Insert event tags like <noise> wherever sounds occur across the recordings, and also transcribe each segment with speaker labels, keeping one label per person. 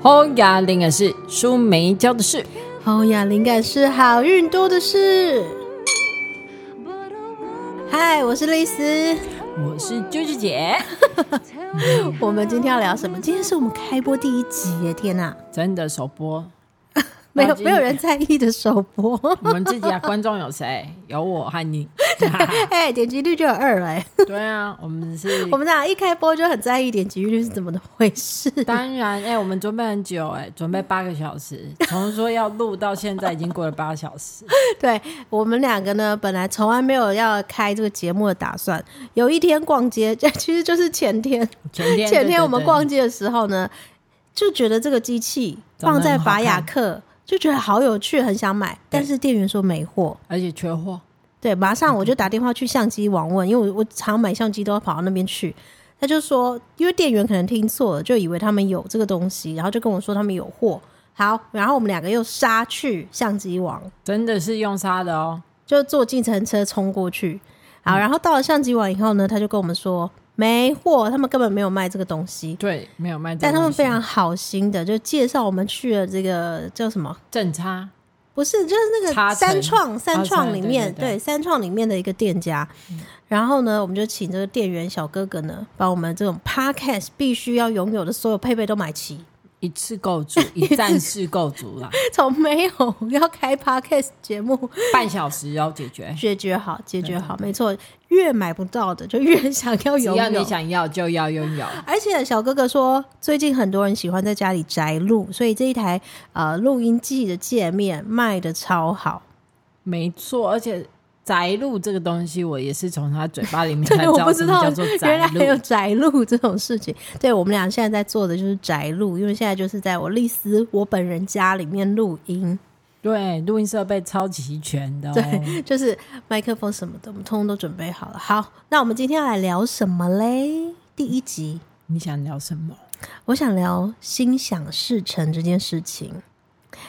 Speaker 1: 侯雅灵感是舒梅教的事。
Speaker 2: 欧哦雅灵感是好运多的事。嗨，我是丽丝。
Speaker 1: 我是啾啾姐，
Speaker 2: 我们今天要聊什么？今天是我们开播第一集耶！天哪、
Speaker 1: 真的首播，
Speaker 2: 没有
Speaker 1: 今
Speaker 2: 没有人在意的首播， <laughs>
Speaker 1: 我们自己啊，观众有谁？ <laughs> 有我和你。
Speaker 2: 哎、点击率就有二了耶。
Speaker 1: 对啊，我们是
Speaker 2: 我们俩一开播就很在意点击率是怎么的回事？
Speaker 1: 当然，哎、我们准备很久、哎，准备八个小时，从说要录到现在已经过了八小时。
Speaker 2: <laughs> 对我们两个呢，本来从来没有要开这个节目的打算。有一天逛街， <laughs> 其实就是前天，
Speaker 1: 前天
Speaker 2: 前天我们逛
Speaker 1: 街，
Speaker 2: 街的时候呢，就觉得这个机器
Speaker 1: 长得
Speaker 2: 放
Speaker 1: 很
Speaker 2: 在法雅
Speaker 1: 好看
Speaker 2: 克，就觉得好有趣，很想买，但是店员说没货。
Speaker 1: 而且缺货，
Speaker 2: 对，马
Speaker 1: 嗯
Speaker 2: 上我就打电话去相机网问，因为我我常买相机都要跑到那边去。他就说，因为店员可能听错了，就以为他们有这个东西，然后就跟我说他们有货。好，然后我们两个又杀去相机网，
Speaker 1: 真的是用杀的哦。
Speaker 2: 就坐计程车冲过去。
Speaker 1: 嗯
Speaker 2: 好，然后到了相机网以后呢，他就跟我们说没货，他们根本没有卖这个东西。
Speaker 1: 对，没有卖这个东西，
Speaker 2: 但他们非常好心的，就介绍我们去了这个叫什么？
Speaker 1: 正差，
Speaker 2: 不是，就是那
Speaker 1: 插
Speaker 2: 个
Speaker 1: 成
Speaker 2: 三创三
Speaker 1: 哦
Speaker 2: 创
Speaker 1: 对
Speaker 2: 里面，
Speaker 1: 对对嗯对
Speaker 2: 三创里面的一个店家。然后呢，我们就请这个店员小哥哥呢，把我们这种 podcast 必须要拥有的所有配备都买齐， <laughs>
Speaker 1: 一次购足，一站式购足啦，
Speaker 2: 从没有要开 podcast 节目
Speaker 1: 半小时要解决。
Speaker 2: 解决好，解决好，没错，越买不到的就越想要
Speaker 1: 只
Speaker 2: 拥
Speaker 1: 要
Speaker 2: 有。
Speaker 1: 你想要，就要拥有。
Speaker 2: 而且小哥哥说，最近很多人喜欢在家里宅录，所以这一台呃录音机的界面卖的超好。
Speaker 1: 没错，而且宅录这个东西，我也是从他嘴巴里面才
Speaker 2: <laughs> <laughs> 对，我不知
Speaker 1: 什么
Speaker 2: 道
Speaker 1: 叫做
Speaker 2: 原
Speaker 1: 宅
Speaker 2: 来还有
Speaker 1: 录。
Speaker 2: 宅录这种事情。对我们俩现在在做的就是宅录，因为现在就是在我丽丝我本人家里面录音， <laughs>
Speaker 1: 对，录音设备超齐全的、哦。
Speaker 2: 对，就是麦克风什么的，我们通通都准备好了。好，那我们今天要来聊什么嘞？第一集，
Speaker 1: 你想聊什么？
Speaker 2: 我想聊心想事成这件事情，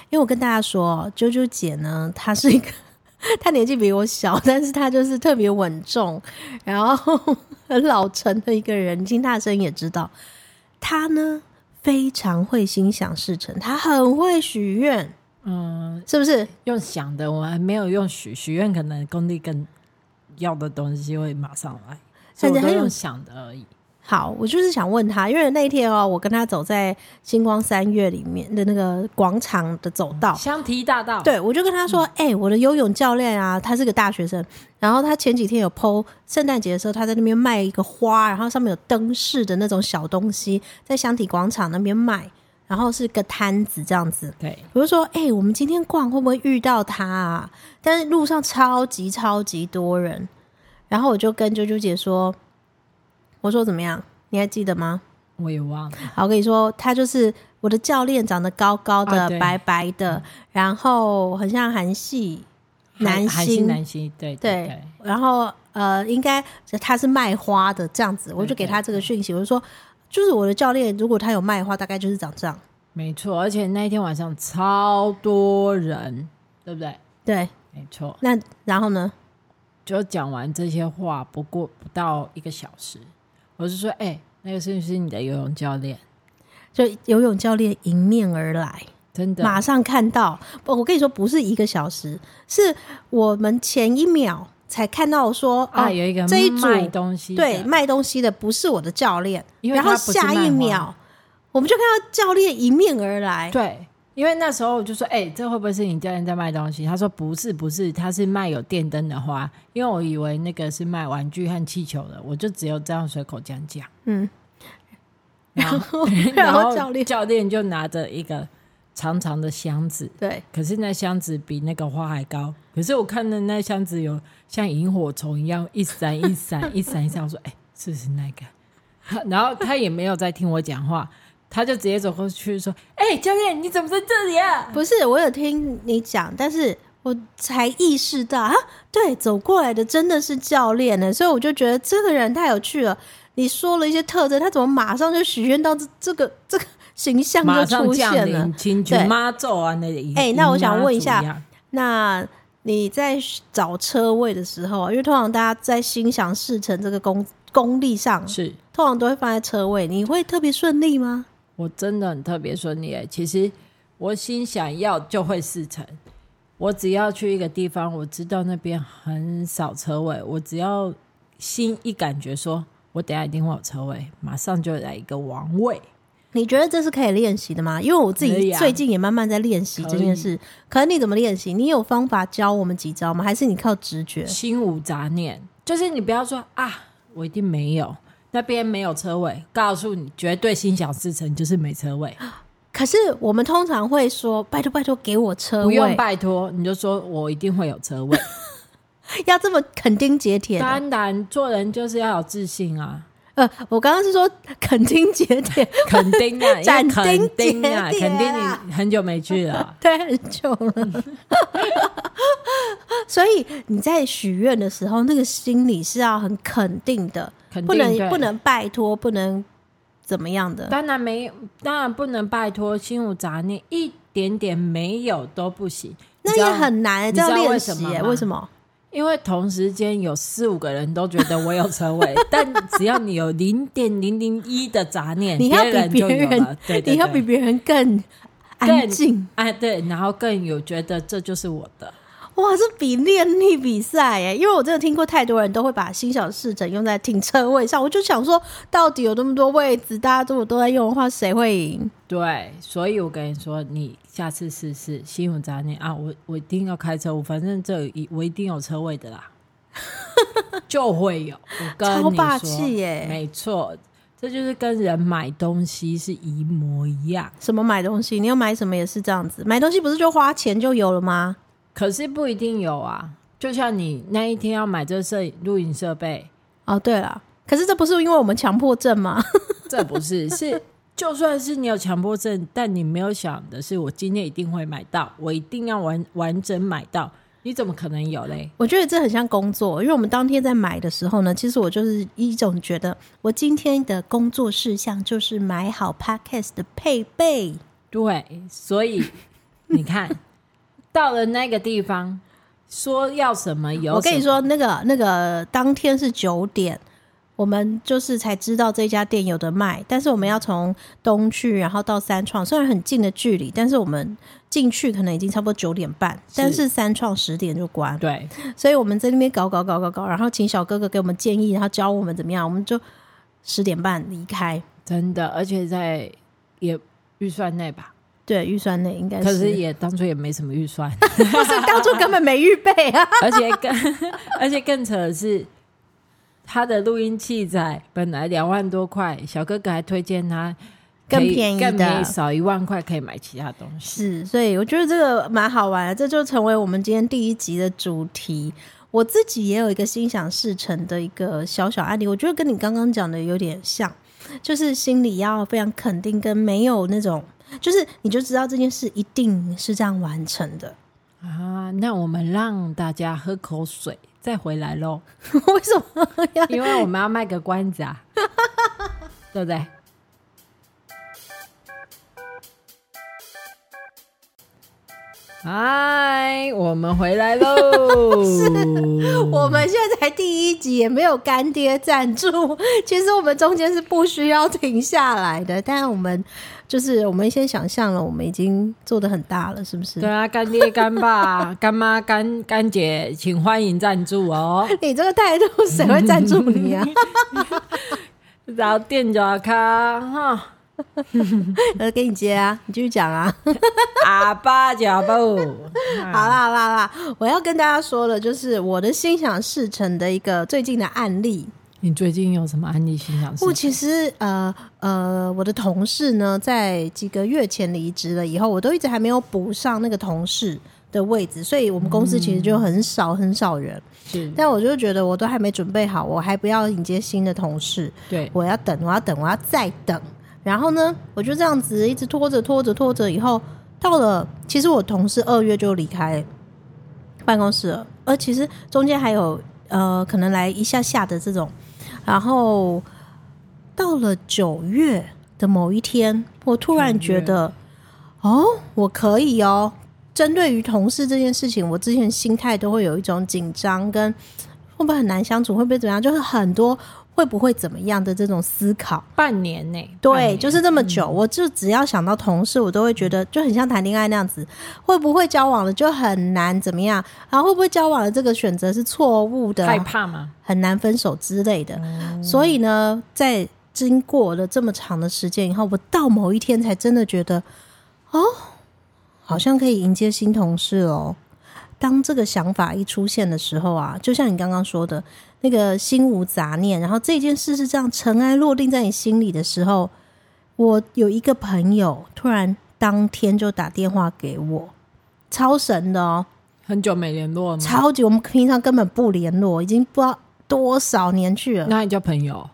Speaker 2: 因为我跟大家说，哦啾啾姐呢，她是一个， <laughs> 她年纪比我小，但是她就是特别稳重，然后很老成的一个人，听她的声音也知道，她呢非常会心想事成，她很会许愿，
Speaker 1: 嗯，
Speaker 2: 是不是？
Speaker 1: 用想的，我还没有用许许愿，可能功力更要的东西会马上来，所以我
Speaker 2: 感觉
Speaker 1: 都
Speaker 2: 很有
Speaker 1: 用想的而已。
Speaker 2: 好，我就是想问他，因为那一天哦，我跟他走在星光三月里面的那个广场的走道，
Speaker 1: 香缇大道，，
Speaker 2: 对，我就跟他说：“哎、我的游泳教练啊，他是个大学生，然后他前几天有 PO 圣诞节的时候，他在那边卖一个花，然后上面有灯饰的那种小东西，在香体广场那边卖，然后是个摊子这样子。
Speaker 1: 对，
Speaker 2: 我就说：哎、我们今天逛会不会遇到他啊？但是路上超级超级多人，然后我就跟啾啾姐说：我说怎么样？你还记得吗？
Speaker 1: 我也忘了，
Speaker 2: 好，我跟你说，他就是我的教练，长得高高的、
Speaker 1: 啊对
Speaker 2: 白白的，然后很像韩系男
Speaker 1: 韩韩系
Speaker 2: 星，
Speaker 1: 男星，对
Speaker 2: 对
Speaker 1: 对，
Speaker 2: 然后呃，应该他是卖花的这样子，我就给他这个讯息，我就说，就是我的教练，如果他有卖花，大概就是长这样。
Speaker 1: 没错。而且那一天晚上超多人，对不对？
Speaker 2: 对，
Speaker 1: 没错，
Speaker 2: 那然后呢？
Speaker 1: 就讲完这些话，不过不到一个小时，我是说，哎、那个是不是你的游泳教练？
Speaker 2: 就游泳教练迎面而来，
Speaker 1: 真的，
Speaker 2: 马上看到。不我跟你说，不是一个小时，是我们前一秒才看到说，
Speaker 1: 啊，
Speaker 2: 哦
Speaker 1: 有一个
Speaker 2: 这一组
Speaker 1: 卖东西的，
Speaker 2: 对，卖东西的不是我的教练，
Speaker 1: 因为
Speaker 2: 然
Speaker 1: 他
Speaker 2: 后
Speaker 1: 不是卖
Speaker 2: 下
Speaker 1: 花
Speaker 2: 一秒我们就看到教练迎面而来，
Speaker 1: 对，因为那时候我就说，哎、这会不会是你教练在卖东西？他说不是，不是，他是卖有电灯的花，因为我以为那个是卖玩具和气球的，我就只有这样随口讲
Speaker 2: <laughs>
Speaker 1: 讲。
Speaker 2: 嗯，
Speaker 1: 然后，
Speaker 2: <laughs>
Speaker 1: <laughs>
Speaker 2: 然
Speaker 1: 然
Speaker 2: 后
Speaker 1: 后
Speaker 2: 教练
Speaker 1: 教练就拿着一个长长的箱子，
Speaker 2: 对，
Speaker 1: 可是那箱子比那个花还高。可是我看的那箱子有像萤火虫一样一闪一闪一闪一闪，我说：“哎、是不是那个？” <laughs> 他然后他也没有在听我讲话，他就直接走过去说：“哎、教练，你怎么在这里啊
Speaker 2: 不是我有听你讲，但是我才意识到啊，对，走过来的真的是教练呢，所以我就觉得这个人太有趣了。你说了一些特征，他怎么马上就许愿到这这个这个形？”象
Speaker 1: 马
Speaker 2: 就
Speaker 1: 上
Speaker 2: 出
Speaker 1: 降
Speaker 2: 现了
Speaker 1: 临？亲
Speaker 2: 对
Speaker 1: 群妈咒啊，那里
Speaker 2: 哎那我想问一下，那你在找车位的时候啊，因为通常大家在心想事成这个功功力上，
Speaker 1: 是
Speaker 2: 通常都会放在车位，你会特别顺利吗？
Speaker 1: 我真的很特别顺利耶。其实我心想要就会事成，我只要去一个地方，我知道那边很少车位，我只要心一感觉说，我等一下一定会有车位，马上就来一个王位。
Speaker 2: 你觉得这是可以练习的吗？因为我自
Speaker 1: 可以
Speaker 2: 己
Speaker 1: 啊
Speaker 2: 最近也慢慢在练习
Speaker 1: 可
Speaker 2: 这件
Speaker 1: 以
Speaker 2: 事。可是你怎么练习？你有方法教我们几招吗？还是你靠直觉？
Speaker 1: 心无杂念，就是你不要说啊，我一定没有那边没有车位，告诉你绝对心想事成就是没车位，
Speaker 2: 可是我们通常会说：“拜托，拜托，给我车
Speaker 1: 不用
Speaker 2: 位。
Speaker 1: 拜托，你就说我一定会有车位。”
Speaker 2: 要这么肯定截铁的。
Speaker 1: 当然，做人就是要有自信啊，
Speaker 2: 呃，我刚刚是说肯定节点， <laughs>
Speaker 1: 肯定 <laughs> 啊，因
Speaker 2: 斩
Speaker 1: 为肯
Speaker 2: 钉
Speaker 1: 定啊，
Speaker 2: 截铁
Speaker 1: 肯定
Speaker 2: 啊
Speaker 1: 你很久没去了，
Speaker 2: 对，很久
Speaker 1: <laughs>
Speaker 2: 了。所以你在许愿的时候，那个心里是要很肯定的，
Speaker 1: 肯定
Speaker 2: 不能
Speaker 1: 对
Speaker 2: 不能拜托，不能怎么样的。
Speaker 1: <laughs> 当然没，当然不能拜托，心无杂念，一点点没有都不行。
Speaker 2: 那
Speaker 1: 你知道
Speaker 2: 也很难，欸
Speaker 1: 你
Speaker 2: 这
Speaker 1: 知道
Speaker 2: 要练
Speaker 1: 为
Speaker 2: 习
Speaker 1: 什么
Speaker 2: 耶。
Speaker 1: 吗
Speaker 2: 为什么？
Speaker 1: 因为同时间有四五个人都觉得我有车 <laughs> 位，但只要你有零点零零一的杂念，
Speaker 2: 你要比
Speaker 1: 人
Speaker 2: 别
Speaker 1: 就有了
Speaker 2: 人。，
Speaker 1: 对对对，
Speaker 2: 你要比别人更安
Speaker 1: 更
Speaker 2: 静。
Speaker 1: 哎对，然后更有觉得这就是我的，
Speaker 2: 哇，这比练力比赛耶！因为我真的听过太多人都会把心想事成用在停车位上，我就想说，到底有那么多位置，大家如果都在用的话，谁会赢？
Speaker 1: 对，所以我跟你说，你下次试试心无杂念啊，我我一定要开车，我反正这有一我一定有车位的
Speaker 2: <laughs>
Speaker 1: 啦，就会有。我跟你
Speaker 2: 超
Speaker 1: 说，
Speaker 2: 霸气耶
Speaker 1: 没错，这就是跟人买东西是一模一样，
Speaker 2: 什么买东西，你要买什么也是这样子，买东西不是就花钱就有了吗？
Speaker 1: 可是不一定有啊。就像你那一天要买这摄影录影设备，
Speaker 2: 哦，对了，可是这不是因为我们强迫症吗？
Speaker 1: 这不
Speaker 2: <laughs>
Speaker 1: 是是。就算是你有强迫症，但你没有想的是，我今天一定会买到，我一定要完完整买到，你怎么可能有嘞？
Speaker 2: 我觉得这很像工作，因为我们当天在买的时候呢，其实我就是一种觉得，我今天的工作事项就是买好 podcast 的配备。
Speaker 1: 对，所
Speaker 2: <laughs>
Speaker 1: 以你看，到了那个地方，说要什么有
Speaker 2: 我跟你
Speaker 1: 什么，
Speaker 2: 说，那个那个当天是九点，我们就是才知道这家店有的卖，但是我们要从东去，然后到三创，虽然很近的距离，但是我们进去可能已经差不多九点半，但是三创十点就关，
Speaker 1: 对，
Speaker 2: 所以我们在那边搞搞搞搞搞，然后请小哥哥给我们建议，然后教我们怎么样，我们就十点半离开。
Speaker 1: 真的，而且在也预算内吧，
Speaker 2: 对，预算内应该
Speaker 1: 可
Speaker 2: 是
Speaker 1: 是
Speaker 2: <laughs>
Speaker 1: 也当初也没什么预算， <laughs>
Speaker 2: 不是当初根本没预备啊？
Speaker 1: 而且更 <laughs> 而且更扯的是，他的录音器材本来两万多块，小哥哥还推荐他可
Speaker 2: 更
Speaker 1: 以
Speaker 2: 便宜
Speaker 1: 更
Speaker 2: 的
Speaker 1: 便宜少一万块可以买其他东西。
Speaker 2: 是，所以我觉得这个蛮好玩的，这就成为我们今天第一集的主题。我自己也有一个心想事成的一个小小案例，我觉得跟你刚刚讲的有点像，就是心里要非常肯定，跟没有那种，就是你就知道这件事一定是这样完成的。 <laughs>
Speaker 1: 啊，那我们让大家喝口水，再回来喽。
Speaker 2: 为什么要？
Speaker 1: 因为我们要卖个关子啊， <laughs> 对不对？嗨，我们回来喽！
Speaker 2: <laughs> 我们现在才第一集，也没有干爹赞助。其实我们中间是不需要停下来的，但我们就是我们先想象了，我们已经做的很大了，是不是？
Speaker 1: 对啊，干爹、干爸、干妈、干干姐，请欢迎赞助哦。
Speaker 2: <laughs> 你这个态度，谁会赞助你啊？
Speaker 1: 然后店长卡哈，
Speaker 2: 呃，给你接啊，你继续讲啊。
Speaker 1: 阿爸脚步，
Speaker 2: <laughs> 好啦好啦好啦，我要跟大家说的，就是我的心想事成的一个最近的案例。
Speaker 1: 你最近有什么安利心想事
Speaker 2: 我？其实呃呃，我的同事呢，在几个月前离职了以后，我都一直还没有补上那个同事的位置，所以我们公司其实就很少很少人。
Speaker 1: 是
Speaker 2: 但我就觉得我都还没准备好，我还不要迎接新的同事，
Speaker 1: 对，
Speaker 2: 我要等，我要等，我要再等。然后呢，我就这样子一直拖着拖着拖着，以后到了，其实我同事二月就离开办公室了，而其实中间还有呃，可能来一下下的这种。然后到了九月的某一天，我突然觉得，哦，我可以哦。针对于同事这件事情，我之前心态都会有一种紧张，跟会不会很难相处，会不会怎么样，就是很多会不会怎么样的这种思考。
Speaker 1: 半年呢、半
Speaker 2: 对，
Speaker 1: 年
Speaker 2: 就是这么久，我就只要想到同事，我都会觉得就很像谈恋爱那样子，会不会交往了就很难怎么样，然后会不会交往了这个选择是错误的，
Speaker 1: 害怕吗？
Speaker 2: 很难分手之类的。所以呢，在经过了这么长的时间以后，我到某一天才真的觉得，哦，好像可以迎接新同事哦。当这个想法一出现的时候啊，就像你刚刚说的那个心无杂念，然后这件事是这样尘埃落定在你心里的时候，我有一个朋友突然当天就打电话给我，超神的哦！
Speaker 1: 很久没联络了吗？
Speaker 2: 超级，我们平常根本不联络，已经不知道多少年
Speaker 1: <laughs>
Speaker 2: 去了。
Speaker 1: 那你叫朋友？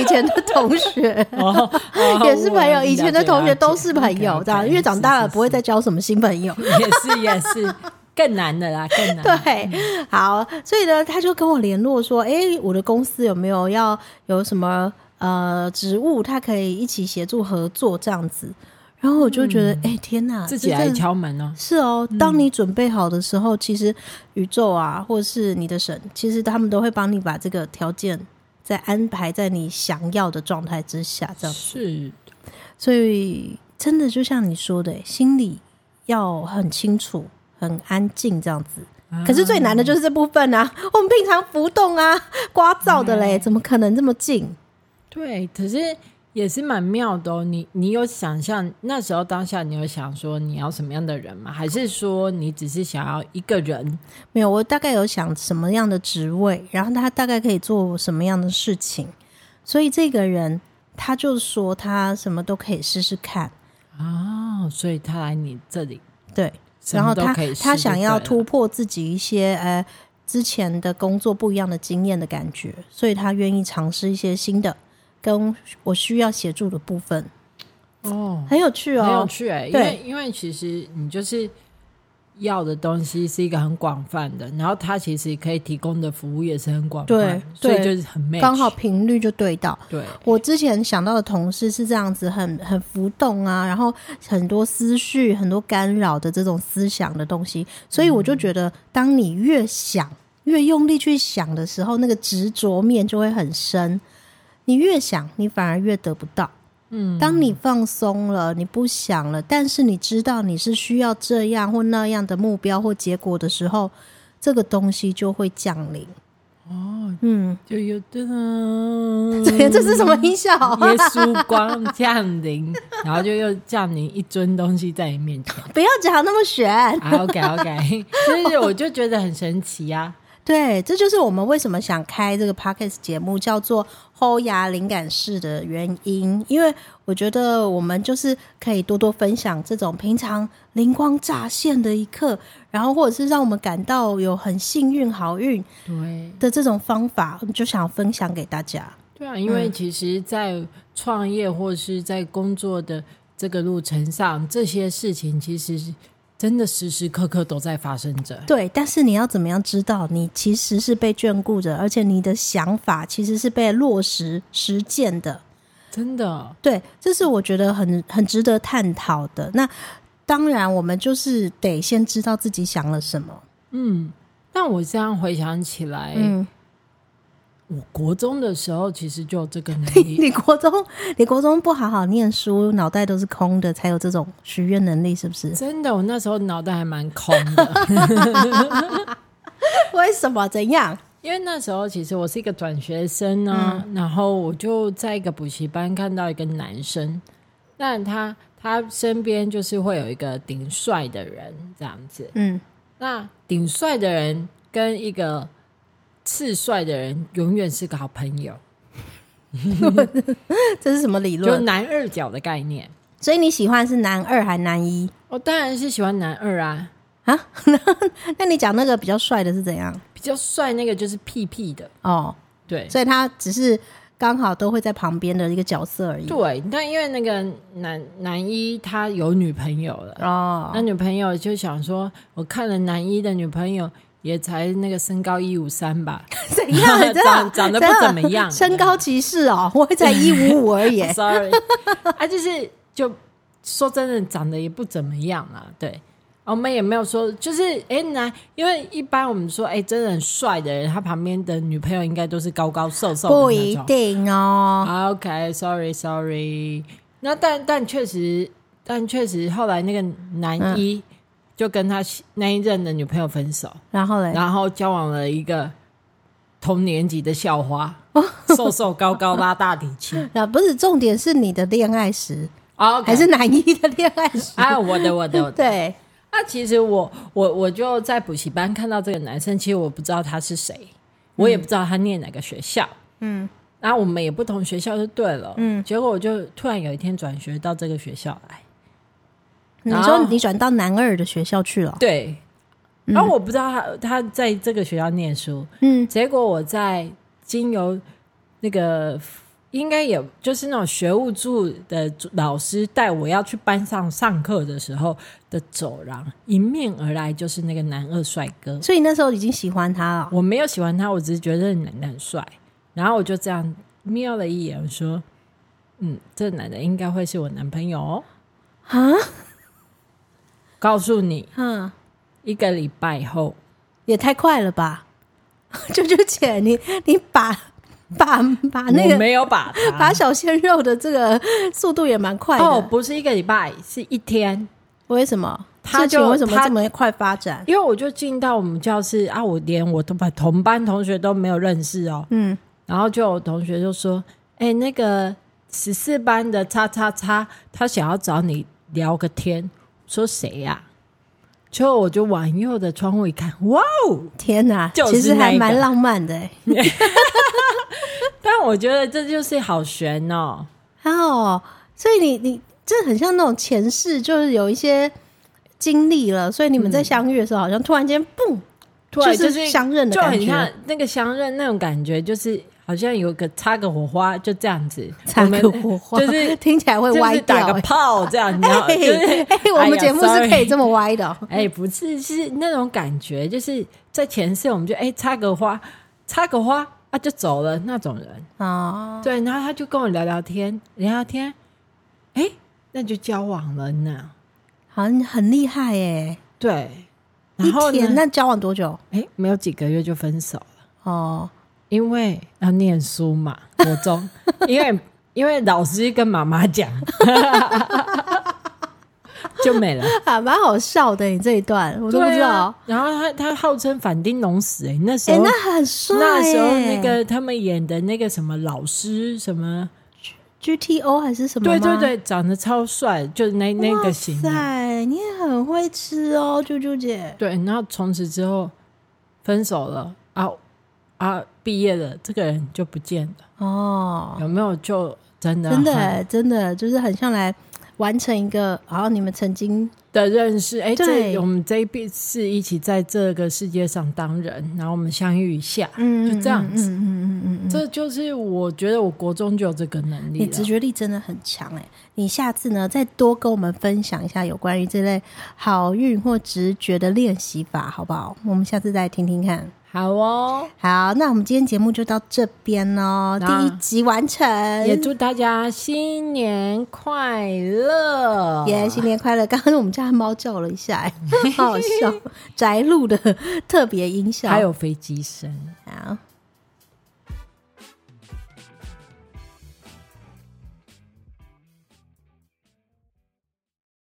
Speaker 2: 以前的同学
Speaker 1: 哦，哦
Speaker 2: <laughs> 也是朋友，
Speaker 1: 我
Speaker 2: 以前的同学都是朋
Speaker 1: 了解
Speaker 2: 友，
Speaker 1: 了解
Speaker 2: 这样，因为长大了不会再交什么新
Speaker 1: <laughs>
Speaker 2: 朋友。
Speaker 1: 也是也是更难
Speaker 2: <laughs>
Speaker 1: 的啦，更难。
Speaker 2: 对，啊好，所以呢，他就跟我联络说，诶，我的公司有没有要有什么呃职务，他可以一起协助合作这样子。然后我就觉得，诶，天哪，
Speaker 1: 嗯自己
Speaker 2: 这真
Speaker 1: 来
Speaker 2: 的
Speaker 1: 敲门哦、
Speaker 2: 是哦，当你准备好的时候，其实宇宙啊，或是你的神，其实他们都会帮你把这个条件再安排在你想要的状态之下，这样。
Speaker 1: 是
Speaker 2: 所以真的就像你说的，心里要很清楚、很安静这样子。可是最难的就是这部分啊，我们平常浮动啊、刮噪的嘞，怎么可能这么近？
Speaker 1: 对，可是也是蛮妙的哦。你你有想象那时候当下，你有想说你要什么样的人吗？还是说你只是想要一个人？
Speaker 2: 没有，我大概有想什么样的职位，然后他大概可以做什么样的事情，所以这个人他就说他什么都可以试试看，
Speaker 1: 哦，所以他来你这里，
Speaker 2: 对，
Speaker 1: 什
Speaker 2: 啊然
Speaker 1: 么
Speaker 2: 后
Speaker 1: 都
Speaker 2: 他
Speaker 1: 可以试
Speaker 2: 他
Speaker 1: 就
Speaker 2: 想要
Speaker 1: 对了
Speaker 2: 突破自己一些呃之前的工作不一样的经验的感觉，所以他愿意尝试一些新的跟我需要协助的部分，
Speaker 1: 哦，
Speaker 2: 很有趣
Speaker 1: 很有
Speaker 2: 哦，
Speaker 1: 趣哎、因
Speaker 2: 对
Speaker 1: 为因为其实你就是要的东西是一个很广泛的，然后它其实可以提供的服务也是很广泛
Speaker 2: 对，
Speaker 1: 所以
Speaker 2: 对
Speaker 1: 就是很 match,
Speaker 2: 刚好频率就对到。 <laughs>
Speaker 1: 对
Speaker 2: 我之前想到的同事是这样子很，很浮动啊，然后很多思绪、很多干扰的这种思想的东西，所以我就觉得，当你越想、越用力去想的时候，那个执着面就会很深。你越想，你反而越得不到。嗯，当你放松了，你不想了，但是你知道你是需要这样或那样的目标或结果的时候，这个东西就会降临。哦，嗯， <laughs>
Speaker 1: 就有的
Speaker 2: 这是什么音效？啊
Speaker 1: 耶稣光降临， <laughs> 然后就又降临一尊东西在你面前。
Speaker 2: 不要讲那么悬。
Speaker 1: 啊、OK
Speaker 2: <laughs>
Speaker 1: OK，就是我就觉得很神奇啊呀、
Speaker 2: 对，这就是我们为什么想开这个 podcast 节目，叫做“齁牙灵感室”的原因。因为我觉得我们就是可以多多分享这种平常灵光乍现的一刻，然后或者是让我们感到有很幸运、好运
Speaker 1: 对
Speaker 2: 的这种方法，我们就想分享给大家。
Speaker 1: 对啊，因为其实，在创业或是在工作的这个路程上，这些事情其实是真的时时刻刻都在发生着。
Speaker 2: 对，但是你要怎么样知道你其实是被眷顾着，而且你的想法其实是被落实、实践的。
Speaker 1: 真的，
Speaker 2: 对，这是我觉得很很值得探讨的。那当然，我们就是得先知道自己想了什么。
Speaker 1: 嗯。但我这样回想起来，
Speaker 2: 嗯，
Speaker 1: 我国中的时候其实就有这个能力。？
Speaker 2: 你国中，你国中不好好念书，脑袋都是空的，才有这种许愿能力，是不是
Speaker 1: 真的，我那时候脑袋还蛮空的，
Speaker 2: <laughs> 为什么？怎样？
Speaker 1: 因为那时候其实我是一个转学生呢、然后我就在一个补习班看到一个男生，那他他身边就是会有一个顶帅的人这样子，
Speaker 2: 嗯，
Speaker 1: 那顶帅的人跟一个次帅的人永远是个好朋友，
Speaker 2: 这是什么理
Speaker 1: 就
Speaker 2: 论？
Speaker 1: 男二角的概念。
Speaker 2: 所以你喜欢是男二还男一
Speaker 1: 我哦当然是喜欢男二啊，
Speaker 2: 啊？那你讲那个比较帅的是怎样？
Speaker 1: 比较帅那个就是屁屁的，
Speaker 2: 哦，
Speaker 1: 对
Speaker 2: 所以他只是刚好都会在旁边的一个角色而已。
Speaker 1: 对。但因为那个男男一他有女朋友了。
Speaker 2: 哦，
Speaker 1: 那女朋友就想说，我看了男一的女朋友也才那个身高一五三吧，
Speaker 2: <laughs> 怎样？ <laughs> 真的
Speaker 1: 长长得不
Speaker 2: 真的
Speaker 1: 怎么样
Speaker 2: 身高歧视哦，我才一五五 <laughs> 而已。
Speaker 1: <laughs> Sorry，啊，就是就说真的，长得也不怎么样啊。对，我们也没有说，就是哎，那因为一般我们说，哎，真的很帅的人，他旁边的女朋友应该都是高高瘦瘦的
Speaker 2: 不
Speaker 1: 那
Speaker 2: 一
Speaker 1: 种。
Speaker 2: 定哦。
Speaker 1: 啊 OK，sorry，sorry、那但但确实，但确实后来那个男
Speaker 2: 嗯
Speaker 1: 一就跟他那一任的女朋友分手，
Speaker 2: 然后嘞，
Speaker 1: 然后交往了一个同年级的校花，
Speaker 2: 哦
Speaker 1: 瘦瘦高高拉大提
Speaker 2: <laughs>
Speaker 1: 琴。
Speaker 2: 啊，不是重点是你的恋爱史，
Speaker 1: 啊，
Speaker 2: 还是男一的恋爱
Speaker 1: <laughs>
Speaker 2: 史？
Speaker 1: 啊，我的我的我的。
Speaker 2: 对，
Speaker 1: 那其实我我我就在补习班看到这个男生，其实我不知道他是谁，我也不知道他念哪个学校，
Speaker 2: 嗯，
Speaker 1: 然后我们也不同学校就对了，
Speaker 2: 嗯
Speaker 1: 结果我就突然有一天转学到这个学校来，
Speaker 2: 你
Speaker 1: 然
Speaker 2: 说
Speaker 1: 后
Speaker 2: 你转到男二的学校去了，
Speaker 1: 对，然后我不知道他他在这个学校念书，
Speaker 2: 嗯
Speaker 1: 结果我在经由那个应该也就是那种学务处的老师带我要去班上上课的时候的走廊，迎面而来就是那个男二帅哥。
Speaker 2: 所以那时候已经喜欢他了。
Speaker 1: 我没有喜欢他，我只是觉得男的很帅。然后我就这样瞄了一眼，我说：“嗯，这男的应该会是我男朋友、哦。
Speaker 2: 啊，”
Speaker 1: 告诉你，
Speaker 2: 嗯，
Speaker 1: 一个礼拜后，
Speaker 2: 也太快了吧！ <laughs> 啾啾姐，你你把把把啊那
Speaker 1: 我
Speaker 2: 个
Speaker 1: 没有把
Speaker 2: 把 <laughs>
Speaker 1: 他。
Speaker 2: 小鲜肉的这个速度也蛮快的，
Speaker 1: 哦，不是一个礼拜，是一天。
Speaker 2: 为什么？
Speaker 1: 他
Speaker 2: 事
Speaker 1: 就
Speaker 2: 情为什么
Speaker 1: 他
Speaker 2: 这么快发展？
Speaker 1: 因为我就进到我们教室啊，我连我同班同班同学都没有认识哦。
Speaker 2: 嗯，
Speaker 1: 然后就有同学就说：“哎、那个十四班的叉叉叉，他想要找你聊个天。”说谁呀、之后我就往右的窗户一看，哇哦！
Speaker 2: 天哪，
Speaker 1: 就是
Speaker 2: 其实还
Speaker 1: 那一
Speaker 2: 蛮
Speaker 1: 个
Speaker 2: 浪漫的欸。
Speaker 1: 但我觉得这就是好悬哦。
Speaker 2: 哦，所以你你这很像那种前世，就是有一些经历了，所以你们在相遇的时候，好像突然间嘣，
Speaker 1: 对，
Speaker 2: 就是
Speaker 1: 是
Speaker 2: 相认的
Speaker 1: 就
Speaker 2: 感
Speaker 1: 很
Speaker 2: 觉
Speaker 1: 像那个相认那种感觉，就是好像有个擦个火花，就这样子。
Speaker 2: 擦
Speaker 1: 我们
Speaker 2: 个火花，
Speaker 1: 就是
Speaker 2: 听起来会
Speaker 1: 就
Speaker 2: 歪
Speaker 1: 是打
Speaker 2: 掉
Speaker 1: 个
Speaker 2: 欸。
Speaker 1: 炮这样，你知道？
Speaker 2: 嘿
Speaker 1: 就是
Speaker 2: 嘿嘿，我
Speaker 1: 哎呀
Speaker 2: 们节目是
Speaker 1: sorry
Speaker 2: 可以这么歪的哦。
Speaker 1: <laughs> 哎、不是，是那种感觉，就是在前世我们就哎、插个花，插个花啊就走了那种人。
Speaker 2: 哦，
Speaker 1: 对，然后他就跟我聊聊天，聊聊天，哎、那就交往了呢。
Speaker 2: 好像很厉害耶！
Speaker 1: 对，然
Speaker 2: 一
Speaker 1: 后
Speaker 2: 天
Speaker 1: 呢？
Speaker 2: 那交往多久？
Speaker 1: 哎、没有几个月就分手了，
Speaker 2: 哦，
Speaker 1: 因为要念书嘛，国中，因为因为老师跟妈妈讲， <laughs> 就没了。
Speaker 2: 啊，蛮好笑的，你这一段我都不知
Speaker 1: 对
Speaker 2: 道
Speaker 1: 啊。，然后他他号称反町隆史、哎，那时
Speaker 2: 哎、
Speaker 1: 候、
Speaker 2: 那很帅、欸。
Speaker 1: 那时候那个他们演的那个什么老师什么，
Speaker 2: GTO 还是什么？
Speaker 1: 对对，对，长得超帅，就是那那个型的。
Speaker 2: 塞，你也很会吃哦，啾啾姐。
Speaker 1: 对，然后从此之后分手了啊啊，毕业了，这个人就不见了，
Speaker 2: 哦，
Speaker 1: 有没有？就真的
Speaker 2: 真的、
Speaker 1: 很
Speaker 2: 欸、真的，就是很像来完成一个，好像你们曾经
Speaker 1: 的认识。哎，
Speaker 2: 对
Speaker 1: 这我们这一辈是一起在这个世界上当人，然后我们相遇一下，
Speaker 2: 嗯
Speaker 1: 就这样子。
Speaker 2: 嗯嗯嗯嗯嗯。
Speaker 1: 这就是我觉得我国中就有这个能力
Speaker 2: 你
Speaker 1: 了。
Speaker 2: 直觉力真的很强哎、你下次呢再多跟我们分享一下有关于这类好运或直觉的练习法，好不好？我们下次再听听看。
Speaker 1: 好哦，
Speaker 2: 好，那我们今天节目就到这边喽，
Speaker 1: 那
Speaker 2: 第一集完成，
Speaker 1: 也祝大家新年快乐！
Speaker 2: 耶新年快乐！刚刚我们家的猫叫了一下、 <laughs> 哎好好笑，宅录的特别音效。
Speaker 1: 还有飞机声。
Speaker 2: 好，